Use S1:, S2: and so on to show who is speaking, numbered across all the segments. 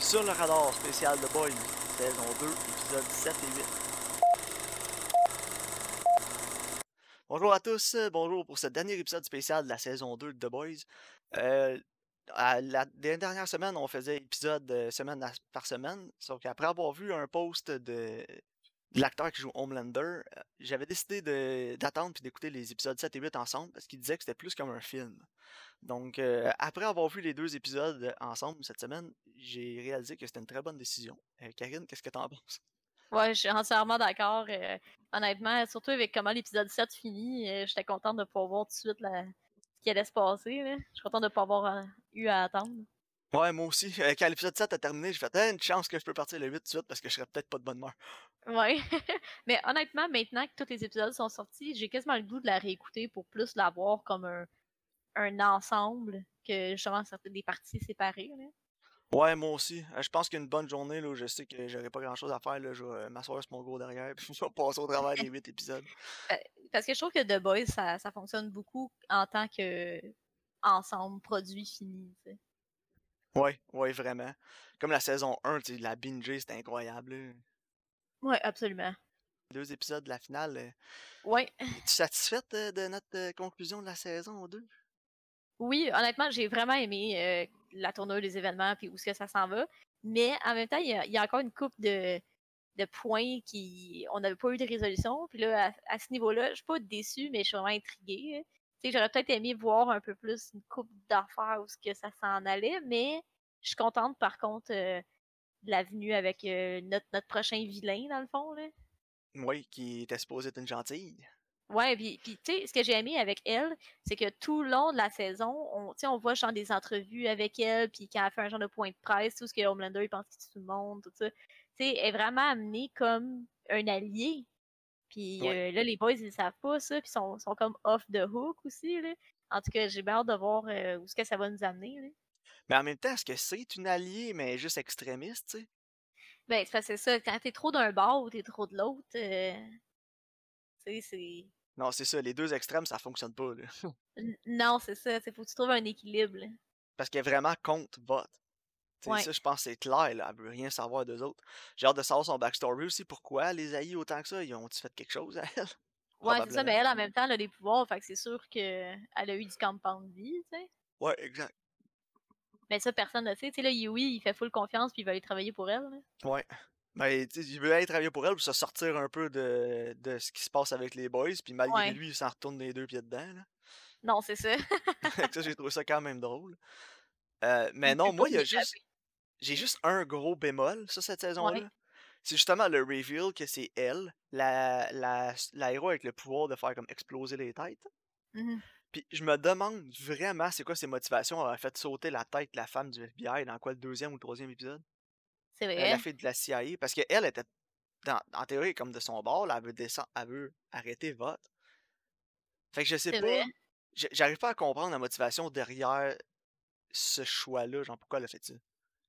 S1: Sur le radar spécial de Boys, saison 2, épisode 7 et 8. Bonjour à tous, euh, bonjour pour ce dernier épisode spécial de la saison 2 de The Boys. Euh, à la la dernière semaine, on faisait épisode euh, semaine à- par semaine, sauf qu'après avoir vu un post de, de l'acteur qui joue Homelander, euh, j'avais décidé de- d'attendre puis d'écouter les épisodes 7 et 8 ensemble parce qu'il disait que c'était plus comme un film. Donc, euh, après avoir vu les deux épisodes ensemble cette semaine, j'ai réalisé que c'était une très bonne décision. Euh, Karine, qu'est-ce que t'en penses?
S2: Ouais, je suis entièrement d'accord. euh, honnêtement, surtout avec comment l'épisode 7 finit, euh, j'étais contente de pouvoir voir tout de suite la- ce qui allait se passer. là. Je suis contente de ne pas avoir euh, eu à attendre.
S1: Ouais, moi aussi. Euh, quand l'épisode 7 a terminé, j'ai fait Eh, une chance que je peux partir le 8 tout de suite parce que je serais peut-être pas de bonne humeur.
S2: Ouais. Mais honnêtement, maintenant que tous les épisodes sont sortis, j'ai quasiment le goût de la réécouter pour plus la voir comme un, un ensemble que justement certaines des parties séparées. là.
S1: Ouais, moi aussi. Euh, je pense qu'une bonne journée, là, je sais que j'aurais pas grand-chose à faire. Là, je vais euh, m'asseoir sur mon gros derrière puis je vais passer au travers des 8 épisodes.
S2: Parce que je trouve que The Boys, ça, ça fonctionne beaucoup en tant que ensemble, produit fini. tu sais.
S1: Ouais, ouais, vraiment. Comme la saison 1, tu sais, la bingée, c'était incroyable. là.
S2: Ouais, absolument.
S1: Deux épisodes de la finale. euh.
S2: Ouais.
S1: Es-tu satisfaite euh, de notre euh, conclusion de la saison 2?
S2: Oui, honnêtement, j'ai vraiment aimé euh, la tournure des événements puis où est-ce que ça s'en va. Mais en même temps, il y a, il y a encore une coupe de, de points qui on n'avait pas eu de résolution. Puis là, à, à ce niveau-là, je suis pas déçue, mais je suis vraiment intriguée. hein. Tu sais, j'aurais peut-être aimé voir un peu plus une coupe d'affaires où ce que ça s'en allait, mais je suis contente par contre euh, de la venue avec euh, notre, notre prochain vilain dans le fond. Là.
S1: Oui, qui était supposée être une gentille.
S2: Ouais, puis, puis, tu sais, ce que j'ai aimé avec elle, c'est que tout le long de la saison, on, tu sais, on voit genre des entrevues avec elle, puis quand elle fait un genre de point de presse, tout ce que Homelander, il pense qu'il tue tout le monde, tout ça. Tu sais, elle est vraiment amenée comme un allié. Puis
S1: Ouais.
S2: euh, là, les boys, ils le savent pas ça, puis sont, sont comme off the hook aussi, là. En tout cas, j'ai bien hâte de voir euh, où est-ce que ça va nous amener, là.
S1: Mais en même temps, est-ce que c'est une alliée, mais juste extrémiste, tu sais?
S2: Ben, c'est parce que c'est ça, quand t'es trop d'un bord ou t'es trop de l'autre, euh, tu sais, c'est...
S1: Non, c'est ça, les deux extrêmes, ça fonctionne pas, là.
S2: N- Non, c'est ça, c'est faut que tu trouves un équilibre, là.
S1: Parce qu'elle est vraiment contre vote. Tu sais,
S2: Ouais.
S1: Ça, je pense que c'est clair, là. Elle veut rien savoir d'eux autres. J'ai hâte de savoir son backstory aussi. Pourquoi elle les haït autant que ça? Ils ont-ils fait quelque chose à elle?
S2: Ouais, c'est ça,
S1: Probablement.
S2: mais elle, en même temps, elle a des pouvoirs, fait que c'est sûr qu'elle a eu du compound vie, tu sais.
S1: Ouais, exact.
S2: Mais ça, personne ne le sait. Tu sais, là, Yui, il fait full confiance, puis il va aller travailler pour elle, là.
S1: Ouais. Mais tu sais, il veut aller travailler pour elle pour se sortir un peu de, de ce qui se passe avec les boys. Puis malgré
S2: Ouais.
S1: lui, il s'en retourne les deux pieds dedans. Là.
S2: Non, c'est ça.
S1: Fait que ça, j'ai trouvé ça quand même drôle. Euh, mais
S2: Il
S1: non,
S2: peut
S1: moi,
S2: pas
S1: il y a
S2: échapper.
S1: juste. J'ai juste un gros bémol sur cette saison-là.
S2: Ouais.
S1: C'est justement le reveal que c'est elle, la, la, la héros avec le pouvoir de faire comme exploser les têtes. Mm-hmm.
S2: Mhm.
S1: Puis je me demande vraiment c'est quoi ses motivations à avoir fait sauter la tête de la femme du FBI dans quoi le deuxième ou le troisième épisode?
S2: C'est
S1: Euh,
S2: vrai.
S1: La fille de la CIA. Parce qu'elle était dans, en théorie comme de son bord, là, elle veut descendre, elle veut arrêter vote. Fait que je sais
S2: C'est
S1: pas.
S2: vrai.
S1: j'- J'arrive pas à comprendre la motivation derrière ce choix-là, genre pourquoi elle a fait ça.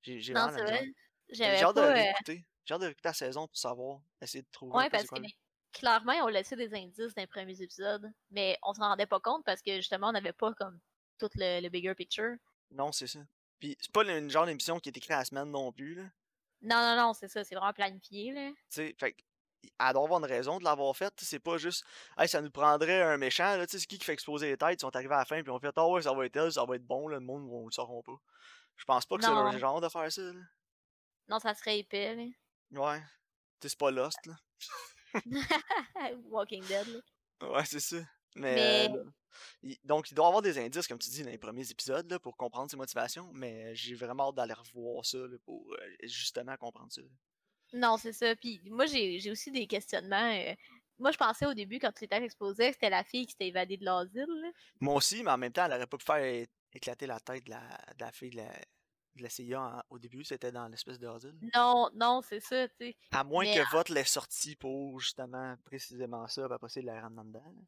S1: J'ai j'ai
S2: Non,
S1: vraiment de
S2: c'est
S1: la misère.
S2: vrai.
S1: J'ai
S2: J'avais
S1: hâte de
S2: pas... euh,
S1: réécouter. J'ai hâte de réécouter la saison pour savoir, essayer de trouver. un
S2: Ouais,
S1: peu c'est
S2: parce que
S1: quoi le-
S2: clairement, on laissait des indices dans les premiers épisodes, mais on s'en rendait pas compte parce que, justement, on n'avait pas, comme, tout le, le bigger picture.
S1: Non, c'est ça. Puis c'est pas le- une genre d'émission qui est écrite à la semaine non plus, là.
S2: Non, non, non, c'est ça. C'est vraiment planifié, là.
S1: Tu sais, fait que, y- elle doit avoir une raison de l'avoir faite. C'est pas juste, hey, ça nous prendrait un méchant, là. Tu sais, c'est qui qui fait exploser les têtes, ils sont arrivés à la fin, puis on fait, oh ouais, ça va être elle, ça va être bon, là, le monde, on le sauront pas. Je pense pas que c'est
S2: Non.
S1: le genre de faire ça, là.
S2: Non, ça serait épais, là.
S1: Ouais. Tu sais, c'est pas Lost, là.
S2: Walking Dead, là.
S1: Ouais, c'est ça. Mais.
S2: Mais-
S1: euh, il- donc, il doit y avoir des indices, comme tu dis, dans les premiers épisodes, là, pour comprendre ses motivations, mais j'ai vraiment hâte d'aller revoir ça, là, pour euh, justement comprendre ça.
S2: Non, c'est ça. Puis moi, j'ai j'ai aussi des questionnements. euh. Moi, je pensais au début, quand les têtes explosaient, que c'était la fille qui s'était évadée de l'asile. là.
S1: Moi aussi, mais en même temps, elle aurait pas pu faire é- éclater la tête de la, de la fille de la, de la CIA en- au début, c'était dans l'espèce d'asile.
S2: Non, non, c'est ça, tu sais.
S1: À moins
S2: Mais-
S1: que Vote l'ait sorti pour, justement, précisément ça, puis après ça, il la rentre dedans. là.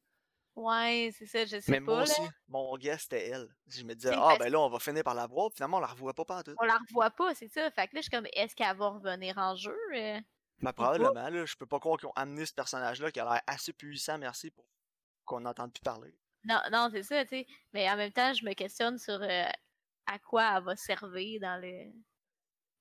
S2: Ouais, c'est ça, je sais
S1: Mais
S2: pas.
S1: moi
S2: là.
S1: aussi, mon gars, c'était elle. Je me disais,
S2: C'est
S1: ah,
S2: parce-
S1: ben là, on va finir par la voir, puis finalement, on la revoit pas partout.
S2: On la revoit pas, c'est ça. Fait que là, je suis comme, est-ce qu'elle va revenir en jeu? euh?
S1: Bah,
S2: pas-
S1: probablement, là. Je peux pas croire qu'ils ont amené ce personnage-là qui a l'air assez puissant, merci, pour qu'on n'entende plus parler.
S2: Non, non, c'est ça, tu sais. Mais en même temps, je me questionne sur euh, à quoi elle va servir dans le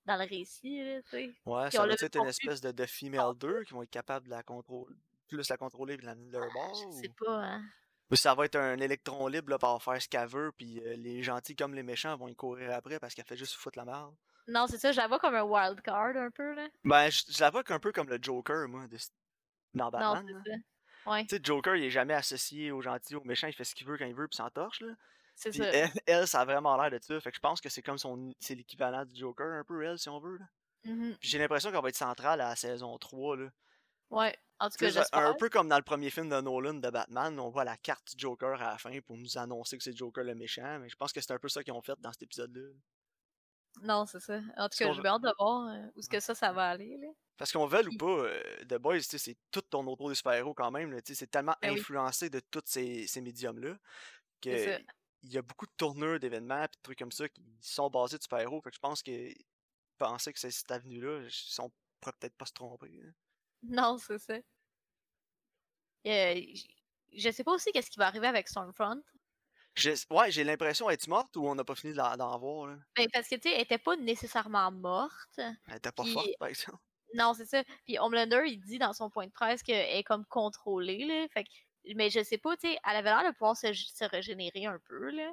S2: dans le récit, là, tu sais.
S1: Ouais,
S2: Puis
S1: ça
S2: on
S1: va
S2: l'a
S1: être
S2: vu non
S1: une
S2: plus.
S1: espèce de, de female 2 qui vont être capables de la contrôler, plus la contrôler et de l'amener de leur bord.
S2: Ah, Je sais
S1: ou-
S2: pas, hein.
S1: ou ça va être un électron libre là, pour faire ce qu'elle veut, puis euh, les gentils comme les méchants vont y courir après parce qu'elle fait juste foutre la merde.
S2: Non, c'est ça, je la vois comme un wild card un peu, là.
S1: Ben, je, je la vois qu'un peu comme le Joker, moi, de... dans
S2: Non,
S1: Batman. là.
S2: c'est ça. Ouais,
S1: Tu sais, Joker, il est jamais associé aux gentils, aux méchants, il fait ce qu'il veut quand il veut, puis s'entorche, là.
S2: c'est
S1: Puis
S2: ça.
S1: elle, elle, ça a vraiment l'air de ça. Fait que je pense que c'est comme son. C'est l'équivalent du Joker, un peu, elle, si on veut. là.
S2: Mhm.
S1: Puis j'ai l'impression qu'elle va être centrale à la saison 3, là.
S2: Ouais, en tout
S1: Tu
S2: cas,
S1: sais, ça-
S2: j'espère.
S1: un peu comme dans le premier film de Nolan de Batman, on voit la carte du Joker à la fin pour nous annoncer que c'est Joker le méchant, mais je pense que c'est un peu ça qu'ils ont fait dans cet épisode-là.
S2: Non, c'est ça. En tout
S1: qu'on
S2: cas,
S1: veut-
S2: j'ai bien hâte de voir euh, où est-ce que ça, ça va aller, là.
S1: Parce qu'on veuille ou
S2: Puis-
S1: pas, euh, The Boys, tu sais, c'est tout ton autour des super-héros quand même. là, tu sais, C'est tellement
S2: Ben oui.
S1: influencé de tous ces, ces médiums-là
S2: C'est
S1: que
S2: ça.
S1: il y a beaucoup de tourneurs d'événements et de trucs comme ça qui sont basés de super-héros. Fait que je pense que penser que c'est cette avenue-là, ils sont pourraient peut-être pas se tromper. hein. là.
S2: Non, c'est ça. Euh, j- je sais pas aussi qu'est-ce qui va arriver avec Stormfront.
S1: J'ai- Ouais, j'ai l'impression, est tu morte ou on n'a pas fini d'en d'en voir? Là?
S2: Ben, parce que, tu sais, elle était pas nécessairement morte.
S1: Elle était pas
S2: Puis-
S1: forte, par exemple.
S2: Non, c'est ça. Puis Homelander, il dit dans son point de presse qu'elle est comme contrôlée, là. Fait que... Mais je sais pas, tu sais, elle avait l'air de pouvoir se, g- se régénérer un peu, là.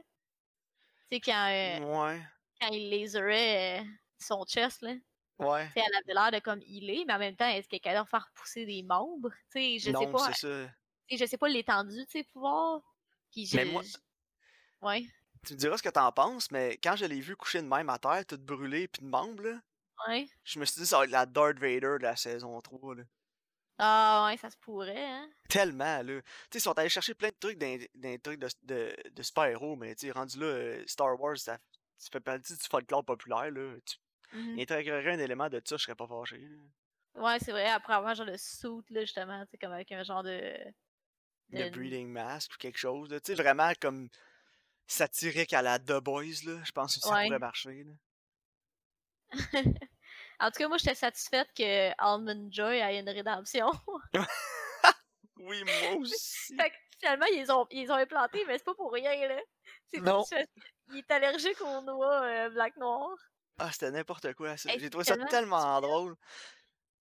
S2: Tu sais, quand, euh,
S1: Ouais,
S2: quand il laserait euh, son chest, là.
S1: ouais.
S2: Tu sais, elle avait l'air de comme healer, mais en même temps, est-ce qu'elle est capable de faire pousser des membres? Tu sais, je sais
S1: non,
S2: pas.
S1: c'est ça.
S2: tu sais, je sais pas l'étendue de ses pouvoirs. Puis je...
S1: Mais moi-
S2: je- Ouais,
S1: Tu me diras ce que t'en penses, mais quand je l'ai vu coucher de même à terre, toute brûlée puis de membre, là,
S2: ouais.
S1: je me suis dit ça va être la Darth Vader de la saison 3. Là.
S2: Ah, ouais, ça se pourrait, hein.
S1: Tellement, là. Tu sais, ils sont allés chercher plein de trucs dans, dans les trucs de, de, de super-héros, mais tu sais, rendu là, euh, Star Wars, ça, ça fait partie du folklore populaire, là. Tu
S2: Mhm.
S1: intégrerais un élément de ça, je serais pas fâché. là.
S2: Ouais, c'est vrai, après avoir un genre de suit, là, justement, tu sais, comme avec un genre de.
S1: Le
S2: de-
S1: Breeding Mask ou quelque chose, là. Tu sais, vraiment comme satirique à la The Boys, là. Je pense que ça
S2: Ouais.
S1: pourrait marcher, là.
S2: En tout cas, moi, j'étais satisfaite que Almond Joy ait une rédemption.
S1: Oui, moi aussi.
S2: fait que finalement, ils les ont, ils les ont implanté, mais c'est pas pour rien, là. C'est
S1: Non.
S2: c'est- Il est allergique aux noix euh, black noir.
S1: Ah, c'était n'importe quoi. ça.
S2: Hey,
S1: J'ai
S2: c'est
S1: trouvé ça
S2: tellement
S1: tellement drôle.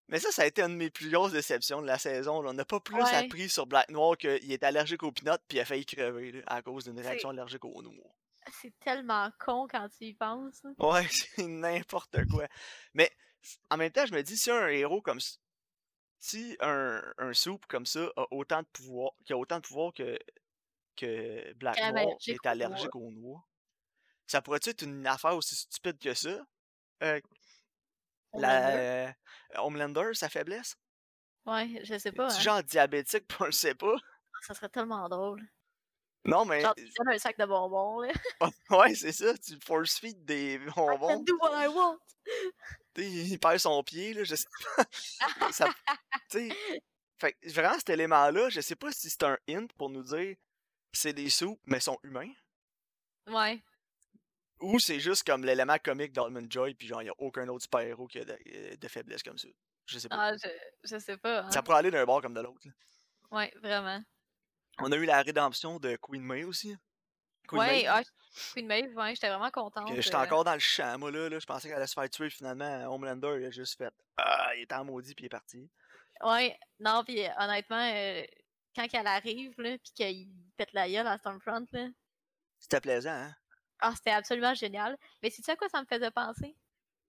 S1: Mais ça, ça a été une de mes plus grosses déceptions de la saison. là. On n'a pas plus
S2: Ouais.
S1: appris sur Black Noir qu'il est allergique aux peanuts puis il a failli crever là, à cause d'une réaction allergique aux noix.
S2: C'est tellement con quand tu y penses. là.
S1: Ouais, c'est n'importe quoi. Mais en même temps, je me dis, si un héros comme ça, si un, un soupe comme ça a autant de pouvoir, qui a autant de pouvoir que, que Black
S2: Qu'un
S1: Noir
S2: allergique
S1: est
S2: aux noix.
S1: allergique aux noix, ça pourrait-tu être une affaire aussi stupide que ça? Euh,
S2: On
S1: la,
S2: l'a vu.
S1: euh, Homelander, sa faiblesse.
S2: Ouais, je sais pas.
S1: Tu
S2: hein.
S1: genre diabétique, puis on le sait pas.
S2: Ça serait tellement drôle.
S1: Non, mais.
S2: Genre, tu donnes un sac de bonbons, là.
S1: Ouais, c'est ça, tu force feed des
S2: I
S1: bonbons.
S2: can do what I want.
S1: tu sais, Il perd son pied, là, je sais pas. Ça- tu sais, Fait que vraiment, cet élément-là, je sais pas si c'est un hint pour nous dire c'est des soupes, mais sont humains.
S2: Ouais.
S1: Ou c'est juste comme l'élément comique d'Almond Joy, puis genre, y a aucun autre super-héros qui a de, euh, de faiblesse comme ça. Je sais pas.
S2: Ah, je, je sais pas. hein.
S1: Ça pourrait aller d'un bord comme de l'autre. là.
S2: Ouais, vraiment.
S1: On a eu la rédemption de Queen May aussi. Queen
S2: ouais,
S1: May,
S2: ah, Queen Maeve, ouais, j'étais vraiment contente.
S1: Que j'étais
S2: euh.
S1: encore dans le champ, moi, là. là. Je pensais qu'elle allait se faire tuer, finalement. Homelander, il a juste fait. Ah, il est en maudit, puis il est parti.
S2: Ouais, non, puis euh, honnêtement, euh, quand qu'elle arrive, là, puis qu'il pète la gueule à Stormfront, là,
S1: C'était plaisant, hein?
S2: ah, c'était absolument génial. Mais c'est ça à quoi ça me faisait penser?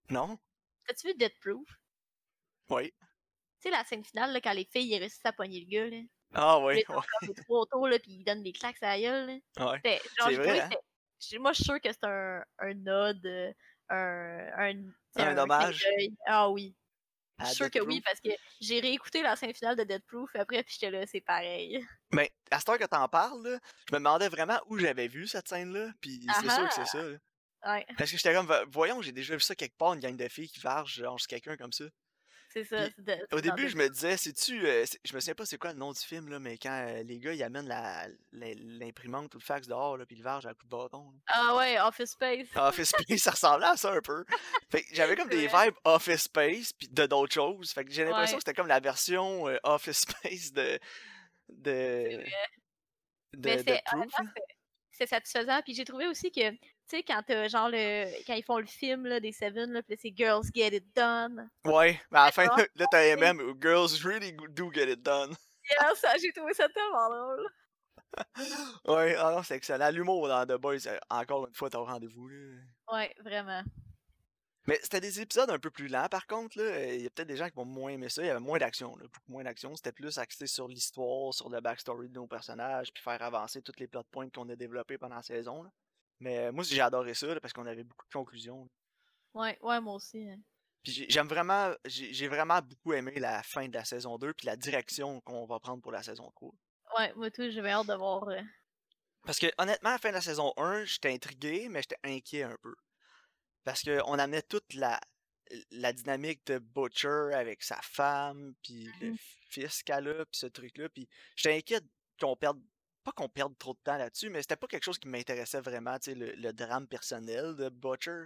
S1: Non?
S2: T'as-tu vu Death Proof? Tu
S1: Oui.
S2: sais, la scène finale, là, quand les filles, ils réussissent à pogner le gars, là.
S1: Ah, oui.
S2: Mais t'en Les trois autour, là, puis ils donnent des claques à la gueule, là.
S1: Ouais. ouais.
S2: C'était- genre,
S1: C'est
S2: j'ai trouvé
S1: vrai,
S2: que
S1: hein?
S2: c'était- j'ai- Moi, je suis sûre que c'est un, un ode, euh, un... un t'sais,
S1: Un
S2: clin
S1: hommage.
S2: d'œil. Ah oui. Je
S1: À
S2: suis sûre
S1: Death
S2: que oui,
S1: Proof.
S2: parce que j'ai réécouté la scène finale de Death Proof après, puis j'étais là, c'est pareil.
S1: Mais à cette heure que t'en parles, là, je me demandais vraiment où j'avais vu cette scène-là. Puis c'est sûr que c'est ça. là.
S2: Ouais,
S1: Parce que j'étais comme, Va- voyons, j'ai déjà vu ça quelque part, une gang de filles qui varge genre sur quelqu'un comme ça.
S2: c'est ça.
S1: Puis,
S2: c'est de-
S1: Au
S2: c'est dans
S1: début,
S2: Death
S1: je me disais, c'est-tu. euh, c'est- je me souviens pas c'est quoi le nom du film, là, mais quand euh, les gars, ils amènent la- la- l'imprimante ou le fax dehors, là, puis ils le vargent à coups de bâton. là.
S2: Ah ouais, Office Space.
S1: Office Space, ça ressemblait à ça un peu. Fait que j'avais comme
S2: C'est
S1: des
S2: vrai.
S1: vibes Office Space puis de d'autres choses. Fait que j'ai l'impression
S2: Ouais.
S1: que c'était comme la version euh, Office Space de de
S2: vrai.
S1: de,
S2: Mais
S1: de
S2: c'est-
S1: Proof. là.
S2: C'est satisfaisant. Puis j'ai trouvé aussi que, tu sais, Tu sais, quand t'as genre le. Quand ils font le film là, des Seven, là, puis là, c'est Girls Get It Done.
S1: Ouais, mais à la fin,
S2: Ah,
S1: là, là, t'as
S2: ouais.
S1: MM où Girls Really Do Get It Done.
S2: Yeah, Ah, ça, j'ai trouvé ça tellement drôle.
S1: Ouais, ah non, c'est excellent. L'humour dans The Boys, euh, encore une fois, t'as au rendez-vous. là.
S2: Ouais, vraiment.
S1: Mais c'était des épisodes un peu plus lents, par contre. là, euh, Il y a peut-être des gens qui vont moins aimer ça. Il y avait moins d'action. là, Beaucoup moins d'action. C'était plus axé sur l'histoire, sur le backstory de nos personnages, puis faire avancer toutes les plot points qu'on a développés pendant la saison. là. Mais euh, moi, j'ai adoré ça là, parce qu'on avait beaucoup de conclusions.
S2: Ouais, ouais, moi aussi. hein.
S1: Puis j'ai- j'aime vraiment, j'ai j'ai vraiment beaucoup aimé la fin de la saison 2 puis la direction qu'on va prendre pour la saison 3.
S2: Ouais, moi tout, j'avais hâte de voir. euh,
S1: Parce que honnêtement, à la fin de la saison 1, j'étais intrigué, mais j'étais inquiet un peu. Parce qu'on amenait toute la, la dynamique de Butcher avec sa femme, puis le
S2: Mhm.
S1: fils qu'elle a, puis ce truc-là. Puis j'étais inquiet qu'on perde, pas qu'on perde trop de temps là-dessus, mais c'était pas quelque chose qui m'intéressait vraiment, tu sais, le, le drame personnel de Butcher.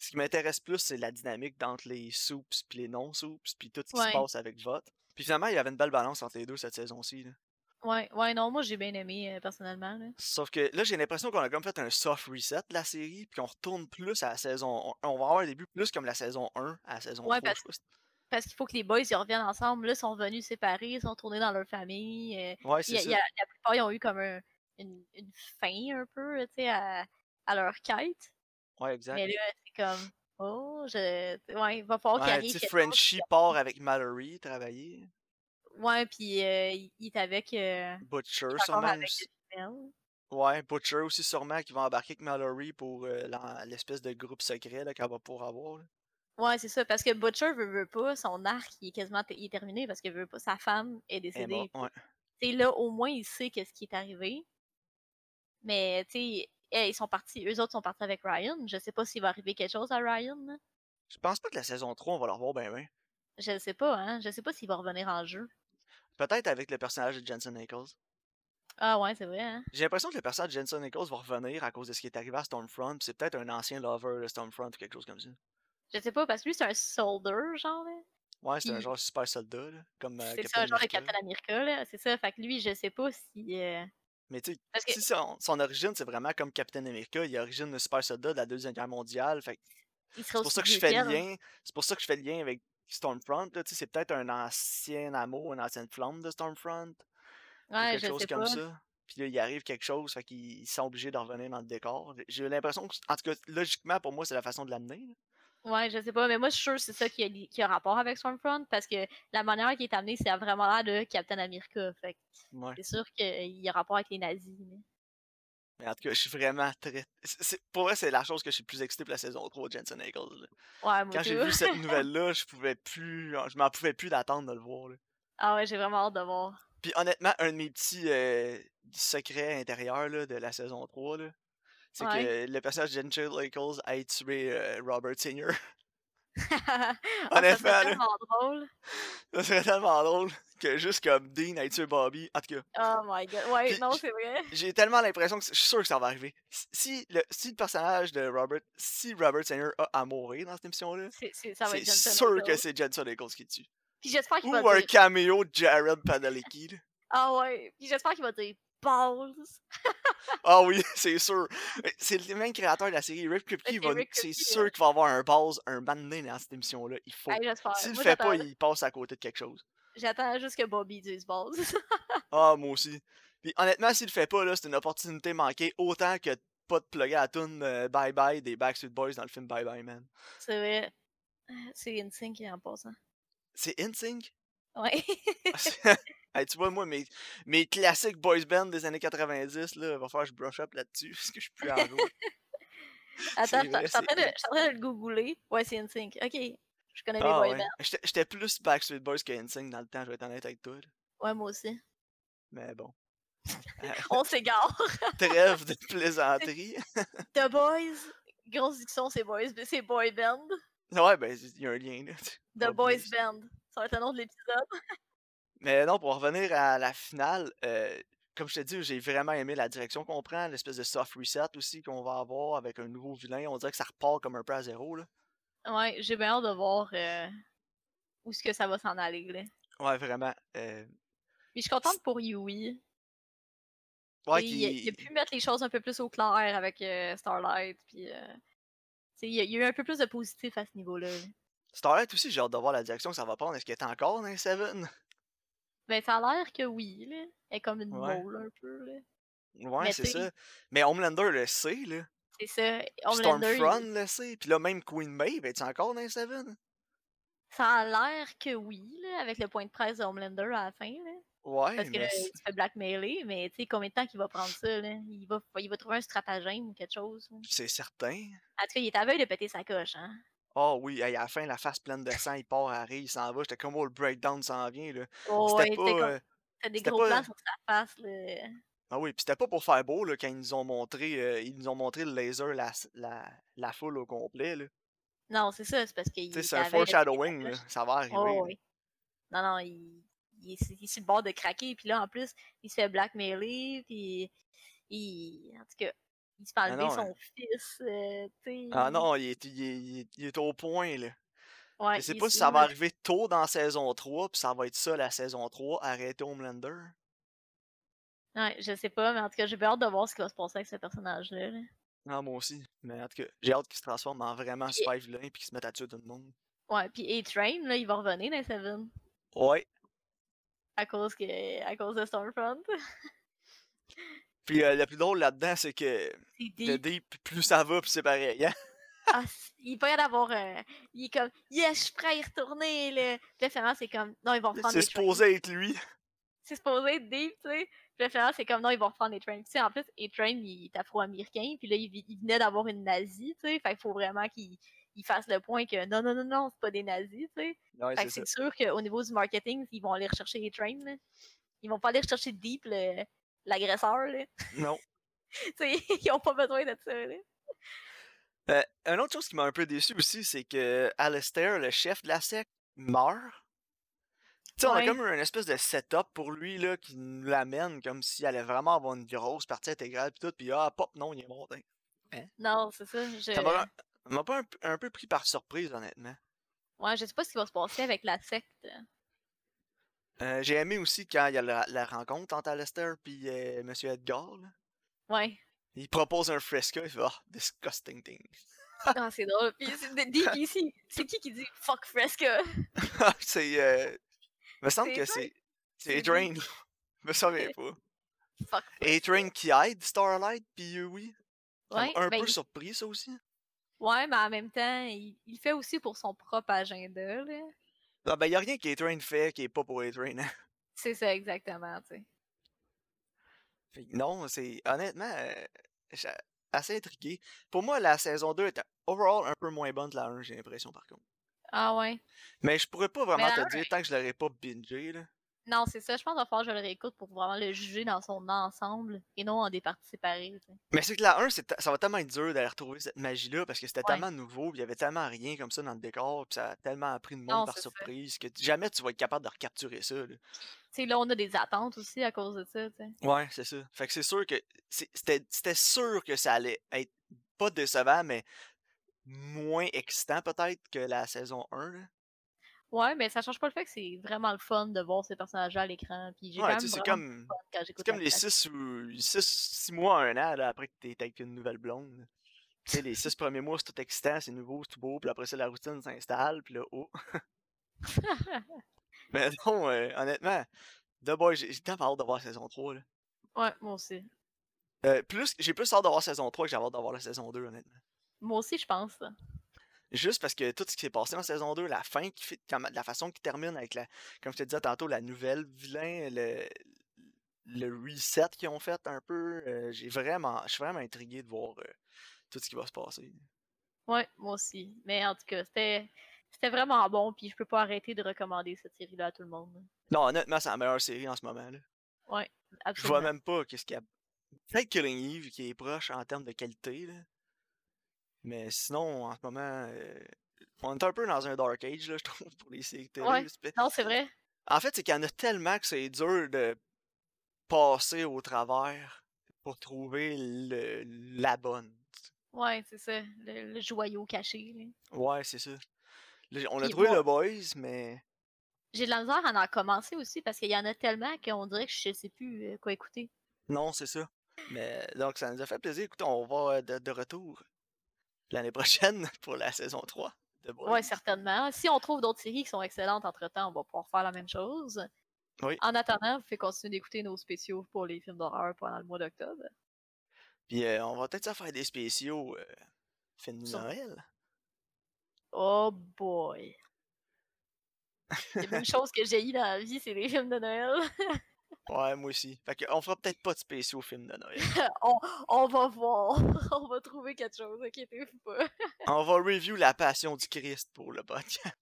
S1: Ce qui m'intéresse plus, c'est la dynamique entre les soups puis les non-soups, puis tout ce qui se
S2: Ouais.
S1: passe avec Vot. Puis finalement, il y avait une belle balance entre les deux cette saison-ci. là.
S2: Ouais, ouais, non, moi j'ai bien aimé euh, personnellement. Là.
S1: Sauf que là, j'ai l'impression qu'on a comme fait un soft reset de la série, puis qu'on retourne plus à la saison 1. On va avoir un début plus comme la saison 1 à la saison
S2: Ouais,
S1: 3.
S2: parce- Parce qu'il faut que les boys ils reviennent ensemble. Là, ils sont venus séparés, ils sont tournés dans leur famille. euh,
S1: Ouais,
S2: il
S1: c'est
S2: y a-
S1: ça.
S2: il y a- la plupart, ils ont eu comme un- une, une fin un peu, tu sais, à, à leur quête.
S1: Ouais, exact.
S2: Mais là, c'est comme, oh, je... ouais, il va falloir qu'il
S1: Ouais,
S2: arrive.
S1: tu sais,
S2: quelque chose.
S1: Frenchie part avec Mallory travailler.
S2: Ouais, puis euh, il- il est avec. euh,
S1: Butcher,
S2: il est encore
S1: sûrement.
S2: avec
S1: aussi.
S2: les jumelles.
S1: Ouais, Butcher aussi, sûrement, qui va embarquer avec Mallory pour euh, l'en- l'espèce de groupe secret là, qu'elle va pouvoir avoir. là.
S2: Ouais, c'est ça, parce que Butcher veut, veut pas, son arc il est quasiment t- il est terminé parce que veut pas, sa femme est
S1: Elle est
S2: décédée.
S1: morte, ouais.
S2: tu sais, là, au moins, il sait qu'est-ce qui est arrivé. Mais, tu sais, eh, ils sont partis, eux autres sont partis avec Ryan. Je sais pas s'il va arriver quelque chose à Ryan. là.
S1: Je pense pas que la saison 3, on va la revoir ben ben.
S2: Je ne sais pas, hein. Je sais pas s'il va revenir en jeu.
S1: Peut-être avec le personnage de Jensen Ackles.
S2: Ah ouais, c'est vrai, hein.
S1: J'ai l'impression que le personnage de Jensen Ackles va revenir à cause de ce qui est arrivé à Stormfront. puis C'est peut-être un ancien lover de Stormfront ou quelque chose comme ça.
S2: Je sais pas, parce que lui, c'est un soldier, genre, là.
S1: Ouais, c'est un
S2: Puis-
S1: genre super soldat, là, comme euh,
S2: Mmh. C'est ça, genre le
S1: America.
S2: Captain America, là. C'est ça, fait que lui, je sais pas si... euh,
S1: Mais tu sais,
S2: Parce que-
S1: si son, son origine, c'est vraiment comme Captain America, il a origine de super soldat de la Deuxième Guerre mondiale. Fait que
S2: il serait
S1: c'est pour
S2: aussi
S1: ça que je
S2: vieux
S1: fais le
S2: qu'elle.
S1: lien. C'est pour ça que je fais le lien avec Stormfront. Là, tu sais, c'est peut-être un ancien amour, une ancienne flamme de Stormfront. ou
S2: Ouais,
S1: quelque
S2: je
S1: chose
S2: sais
S1: comme
S2: pas.
S1: ça. Puis là, il arrive quelque chose, fait qu'ils ils sont obligés d'en revenir dans le décor. J'ai- J'ai l'impression que, en tout cas, logiquement, pour moi, c'est la façon de l'amener. là.
S2: Ouais, je sais pas, mais moi, je suis sûre que c'est ça qui a, li- qui a rapport avec Stormfront, parce que la manière qui est amenée, c'est vraiment l'air de Captain America, fait que
S1: Ouais.
S2: c'est sûr qu'il y a rapport avec les nazis, mais-
S1: Mais en tout cas, je suis vraiment très. c'est- c'est- Pour vrai, c'est la chose que je suis le plus excité pour la saison 3 de Jensen Ackles. là.
S2: Ouais, moi
S1: Quand j'ai
S2: tout.
S1: vu cette nouvelle-là, je pouvais plus. Je m'en pouvais plus d'attendre de le voir. là.
S2: Ah ouais, j'ai vraiment hâte de voir.
S1: Puis honnêtement, un de mes petits euh, secrets intérieurs là, de la saison 3, là, c'est
S2: Ouais.
S1: que le personnage de Jensen Ackles a tué euh, Robert Senior.
S2: Ah, ça
S1: Honnêtement,
S2: serait
S1: là.
S2: tellement drôle.
S1: Ça serait tellement drôle que juste comme Dean a tué Bobby. En tout cas,
S2: Oh my god. Ouais,
S1: Puis
S2: non,
S1: j-
S2: c'est vrai.
S1: j'ai tellement l'impression que c- je suis sûr que ça va arriver. Si le, si le personnage de Robert, si Robert Senior a à mourir dans cette émission-là,
S2: C'est, c'est- ça va
S1: c'est
S2: être Johnson
S1: sûr que
S2: Ackles.
S1: c'est Jensen Ackles qui tue.
S2: Puis j'espère qu'il
S1: Ou
S2: va
S1: un
S2: dire.
S1: caméo de Jared Padalecki. là.
S2: Ah ouais. Puis j'espère qu'il va dire balls.
S1: Ah oui, c'est sûr. Mais C'est le même créateur de la série. Rick Kripke, il
S2: c'est
S1: va-
S2: Rick
S1: c'est
S2: Kripke,
S1: sûr
S2: ouais.
S1: qu'il va avoir un buzz, un bandit dans cette émission-là. Il faut.
S2: Ouais, j'espère.
S1: S'il le
S2: Moi,
S1: fait pas,
S2: j'attends-
S1: il passe à côté de quelque chose.
S2: J'attends juste que Bobby dise balls.
S1: Ah, moi aussi. Puis honnêtement, s'il le fait pas, là, c'est une opportunité manquée autant que de pas de plugger à la toune euh, Bye Bye des Backstreet Boys dans le film Bye Bye Man.
S2: c'est vrai. C'est Insync qui est en passant.
S1: C'est InSync? Ah,
S2: Ouais.
S1: Hey, tu vois, moi, mes, mes classiques boys band des années 90, là, va falloir que je brush up là-dessus, parce que je suis plus à jour.
S2: Attends,
S1: vrai,
S2: je suis en
S1: c'est
S2: train de-
S1: Insync.
S2: je suis en train de le googler. Ouais, c'est Insync. Ok. Je connais
S1: Ah,
S2: les boy
S1: ouais.
S2: bands.
S1: J'étais- J'étais plus Backstreet Boys que InSync dans le temps, je vais être honnête avec toi. là.
S2: Ouais, moi aussi.
S1: Mais bon.
S2: On s'égare.
S1: Trêve de plaisanterie.
S2: The Boys. Grosse diction, c'est Boys. mais C'est Boy Band.
S1: Ouais, ben, il y a un lien, là. tu-
S2: The
S1: obligé.
S2: Boys Band. Ça va être le nom de l'épisode.
S1: Mais non, pour revenir à la finale, euh, comme je t'ai dit, j'ai vraiment aimé la direction qu'on prend, l'espèce de soft reset aussi qu'on va avoir avec un nouveau vilain. On dirait que ça repart comme un peu à zéro, là.
S2: Ouais, j'ai bien hâte de voir euh, où est-ce que ça va s'en aller. Là.
S1: Ouais, vraiment. euh,
S2: Mais je suis contente pour Yui.
S1: Ouais,
S2: Et
S1: qui-
S2: il, a- il a pu mettre les choses un peu plus au clair avec euh, Starlight. Puis, euh, tu sais, il, y a, il y a eu un peu plus de positif à ce niveau-là. là.
S1: Starlight aussi, j'ai hâte de voir la direction que ça va prendre. Est-ce qu'elle est encore dans Seven?
S2: Mais Ben, ça a l'air que oui. Là. Elle est comme une
S1: Ouais.
S2: mole un peu. là.
S1: Ouais,
S2: Mais
S1: c'est
S2: tu sais-
S1: ça. Mais Homelander le sait, là.
S2: C'est ça.
S1: Puis
S2: Homelander, il-
S1: Stormfront le sait. Puis là, même Queen Maeve, est encore dans Seven?
S2: ça a l'air que oui, là, avec le point de presse de Homelander à la fin. là.
S1: Ouais,
S2: Parce que
S1: mais
S2: là, il se fait blackmailer, mais tu sais, combien de temps qu'il va prendre ça? Là? Il, va, il va trouver un stratagème ou quelque chose. là.
S1: c'est certain.
S2: En tout cas, il est aveugle de péter sa coche. Hein?
S1: Ah oui, hey, à la fin, la face pleine de sang, il part, arrive, il s'en va. J'étais comme, oh, le breakdown s'en vient, là.
S2: Oh,
S1: C'était
S2: ouais,
S1: pas,
S2: t'as comme-
S1: euh,
S2: t'as des
S1: c'était
S2: gros
S1: pas-
S2: plans sur sa face. Là.
S1: Ah oui, puis c'était pas pour faire beau, là, quand ils nous ont montré, euh, ils nous ont montré le laser, la, s- la, la foule au complet, là.
S2: Non, c'est ça, c'est parce
S1: Tu
S2: qu'il.
S1: sais,
S2: est
S1: c'est un
S2: à la veille de péter sa
S1: foreshadowing, là.
S2: coche.
S1: Ça va arriver.
S2: Oh,
S1: là.
S2: oui. Non, non, il, il, est, il est sur le bord de craquer, puis là, en plus, il se fait blackmailer, puis. Il, en tout cas, il se fait
S1: Ah
S2: enlever
S1: non,
S2: son fils. euh, tu sais,
S1: Ah
S2: il-
S1: non, il est, il est- il est- il est au point, là.
S2: ouais,
S1: Je sais
S2: il est
S1: pas si
S2: sous,
S1: ça va
S2: là.
S1: arriver tôt dans saison 3, puis ça va être ça, la saison 3, arrêter Homelander.
S2: Ouais, je sais pas, mais en tout cas, j'ai bien hâte de voir ce qui va se passer avec ce personnage-là. là.
S1: Non, Ah, moi aussi. Mais en tout cas, j'ai hâte qu'il se transforme en vraiment
S2: Puis-
S1: super vilain, puis qu'il se mette à tuer tout le monde.
S2: Ouais, puis A-Train, là, il va revenir dans Seven
S1: Ouais.
S2: à cause, que, à cause de Stormfront.
S1: Puis euh, le plus drôle là-dedans, c'est que
S2: C'est
S1: le
S2: deep.
S1: Deep, plus ça va, plus c'est pareil. hein.
S2: Ah, c- il va y d'avoir. euh, il est comme, yes, je suis prêt à y retourner. Là. Puis là, finalement, c'est comme, non, ils vont reprendre
S1: C'est
S2: les trains.
S1: supposé être lui.
S2: C'est supposé être deep, tu sais. Puis là, finalement, c'est comme, non, ils vont reprendre les trains. Tu sais, en plus, les trains, il est afro-américain. Puis là, il, vi- il venait d'avoir une nazie, tu sais. Fait qu'il faut vraiment qu'il il fasse le point que, non, non, non, non, c'est pas des nazis, tu sais.
S1: Ouais,
S2: Fait
S1: c'est
S2: que
S1: ça.
S2: c'est sûr qu'au niveau du marketing, ils vont aller rechercher les trains. Là. Ils vont pas aller rechercher Deep, le- l'agresseur. là.
S1: Non.
S2: Tu sais, ils ont pas besoin de ça. Là.
S1: Euh, une autre chose qui m'a un peu déçu aussi, c'est que Alistair, le chef de la secte, meurt. Tu sais, on a
S2: Ouais.
S1: comme eu une espèce de setup pour lui là, qui nous l'amène comme s'il allait vraiment avoir une grosse partie intégrale puis tout, puis ah pop, non, il est mort. hein.
S2: Non, c'est ça. Je...
S1: Ça m'a m'a pas un, p- un peu pris par surprise, honnêtement.
S2: Ouais, je sais pas ce qui va se passer avec la secte.
S1: Euh, J'ai aimé aussi quand il y a la, la rencontre entre Alistair puis euh, Monsieur Edgar. là.
S2: Ouais.
S1: Il propose un fresco, il fait Ah, disgusting thing.
S2: Non, Ah, c'est drôle. Puis c'est- de- Deep ici, c'est qui qui dit fuck Fresca?
S1: c'est. Euh... me semble
S2: C'est
S1: que
S2: Adrian?
S1: c'est.
S2: C'est
S1: C'est Drain. me semble pas.
S2: Fuck.
S1: A-Train qui aide Starlight, puis Yui. Ça m'a
S2: Ouais,
S1: un
S2: ben,
S1: peu
S2: il-
S1: surpris, ça aussi.
S2: ouais, mais en même temps, il, il le fait aussi pour son propre agenda. là.
S1: Ah, ben, y a rien qu'A-Train fait qui est pas pour A-Train. hein.
S2: C'est ça, exactement. tu sais.
S1: Fait que non, c'est. Honnêtement, euh, j'ai- assez intrigué. Pour moi, la saison 2 était overall un peu moins bonne que la 1, j'ai l'impression, par contre.
S2: Ah ouais.
S1: Mais je pourrais pas vraiment
S2: Ben, la
S1: te
S2: un
S1: dire tant que je l'aurais pas bingé, là.
S2: Non, c'est ça. Je pense qu'il va falloir que je le réécoute pour vraiment le juger dans son ensemble et non en des parties séparées. tu sais.
S1: Mais c'est que la 1, c'est ta- ça va tellement être dur d'aller retrouver cette magie-là parce que c'était
S2: Ouais.
S1: tellement nouveau, il y avait tellement rien comme ça dans le décor, puis ça a tellement pris le monde
S2: Non,
S1: par
S2: c'est ça.
S1: surprise que t- jamais tu vas être capable de recapturer ça. là.
S2: tu sais, là, on a des attentes aussi à cause de ça, tu sais.
S1: Ouais, c'est ça. Fait que c'est sûr que c'est- c'était c'était sûr que ça allait être pas décevant, mais moins excitant peut-être que la saison 1. là.
S2: Ouais, mais ça change pas le fait que c'est vraiment le fun de voir ces personnages-là à l'écran. Puis j'ai
S1: Ouais,
S2: quand
S1: tu
S2: même
S1: sais, c'est
S2: vraiment
S1: comme,
S2: du fun quand
S1: c'est
S2: j'écoute
S1: comme
S2: la
S1: les
S2: série.
S1: 6 ou 6 mois, 1 an là, après que t'es avec une nouvelle blonde. là. Tu sais, les 6 premiers mois, c'est tout excitant, c'est nouveau, c'est tout beau, puis après ça, la routine s'installe, puis là, oh. Mais non, euh, honnêtement, The Boys, j'ai j'ai tellement hâte de voir saison 3. Là.
S2: Ouais, moi aussi.
S1: Euh, plus, j'ai plus hâte de voir saison 3 que j'ai hâte de voir la saison 2, honnêtement.
S2: Moi aussi, je pense. ça.
S1: Juste parce que tout ce qui s'est passé en saison 2, la fin, qui fait, comme- la façon qui termine avec, la, comme je te disais tantôt, la nouvelle vilain, le, le reset qu'ils ont fait un peu, euh, j'ai vraiment, je suis vraiment intrigué de voir euh, tout ce qui va se passer.
S2: Ouais, moi aussi. Mais en tout cas, c'était. C'était vraiment bon, puis je peux pas arrêter de recommander cette série-là à tout le monde.
S1: Non, honnêtement, c'est la meilleure série en ce moment. Là. Je
S2: Absolument.
S1: vois même pas qu'est-ce qu'il y a. Peut-être Killing Eve qui est proche en termes de qualité. là. Mais sinon, en ce moment, euh, on est un peu dans un Dark Age, là, je trouve, pour les séries télé.
S2: Ouais.
S1: là. C'est-
S2: Non, c'est vrai.
S1: En fait, c'est qu'il y en a tellement que c'est dur de passer au travers pour trouver le- la bonne.
S2: Ouais, c'est ça. Le, le joyau caché. là.
S1: Ouais, c'est ça. Là, on a
S2: Puis
S1: trouvé
S2: moi-
S1: le Boys, mais.
S2: J'ai de la misère à en commencer aussi parce qu'il y en a tellement qu'on dirait que je sais plus euh, quoi écouter.
S1: Non, c'est ça. Mais donc, ça nous a fait plaisir. Écoute, on va de, de retour l'année prochaine pour la saison 3 de Boys.
S2: Oui, certainement. Si on trouve d'autres séries qui sont excellentes entre-temps, on va pouvoir faire la même chose.
S1: Oui.
S2: En attendant, vous pouvez continuer d'écouter nos spéciaux pour les films d'horreur pendant le mois d'octobre.
S1: Puis euh, on va peut-être se faire des spéciaux euh, fin de
S2: Sur-
S1: Noël.
S2: Oh boy! La même chose que j'ai eu dans la vie, c'est les films de Noël.
S1: Ouais, moi aussi. Fait qu'on fera peut-être pas de spéciaux films de Noël.
S2: on, on va voir. On va trouver quelque chose, inquiétez-vous pas.
S1: on va review La Passion du Christ pour le podcast.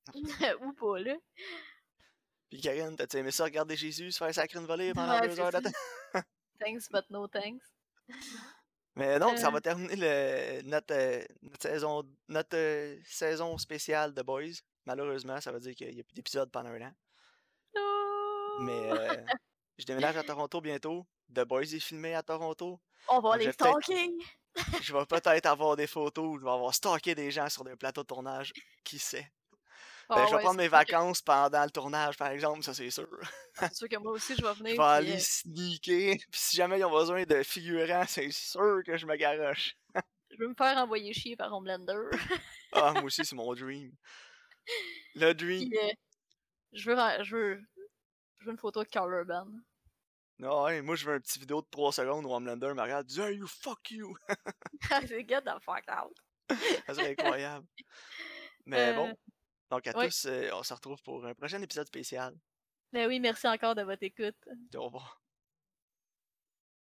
S2: Ou pas, là.
S1: Puis Karine, t'as-tu aimé ça regarder Jésus se faire sacrer une volée pendant
S2: Ouais,
S1: deux
S2: c'est
S1: heures
S2: ça.
S1: d'attente?
S2: Thanks, but no thanks.
S1: Mais non, ça
S2: Euh.
S1: va terminer le- notre, euh, notre saison, notre euh, saison spéciale de Boys. Malheureusement, ça veut dire qu'il n'y a plus d'épisode pendant un an.
S2: Non!
S1: Mais euh, je déménage à Toronto bientôt. The Boys est filmé à Toronto.
S2: On va
S1: je
S2: les
S1: vais peut-être- Ben,
S2: stalking!
S1: Je vais peut-être avoir des photos, je vais avoir stocké des gens sur des plateaux de tournage. Qui sait? Ben,
S2: Ah
S1: je vais
S2: ouais,
S1: prendre
S2: c'est
S1: mes
S2: sûr que-
S1: vacances pendant le tournage, par exemple, ça c'est sûr.
S2: C'est sûr que moi aussi, je vais
S1: Je
S2: venir.
S1: vais
S2: puis, euh,
S1: aller sneaker. Puis si jamais ils ont besoin de figurants, c'est sûr que je me garoche.
S2: euh, je vais me faire envoyer chier par Homelander.
S1: Ah, moi aussi, c'est mon dream. Le dream.
S2: Puis, euh, je, veux, ra- je, veux, je veux une photo de Carl Urban.
S1: Non, Ah ouais, moi je veux un petit vidéo de 3 secondes où Homelander me regarde, dit Hey, you fuck you!
S2: c'est get the fuck out.
S1: Ça serait incroyable. Mais
S2: Euh,
S1: bon, donc à
S2: ouais.
S1: tous, euh, on se retrouve pour un prochain épisode spécial.
S2: Ben oui, merci encore de votre écoute.
S1: Au revoir.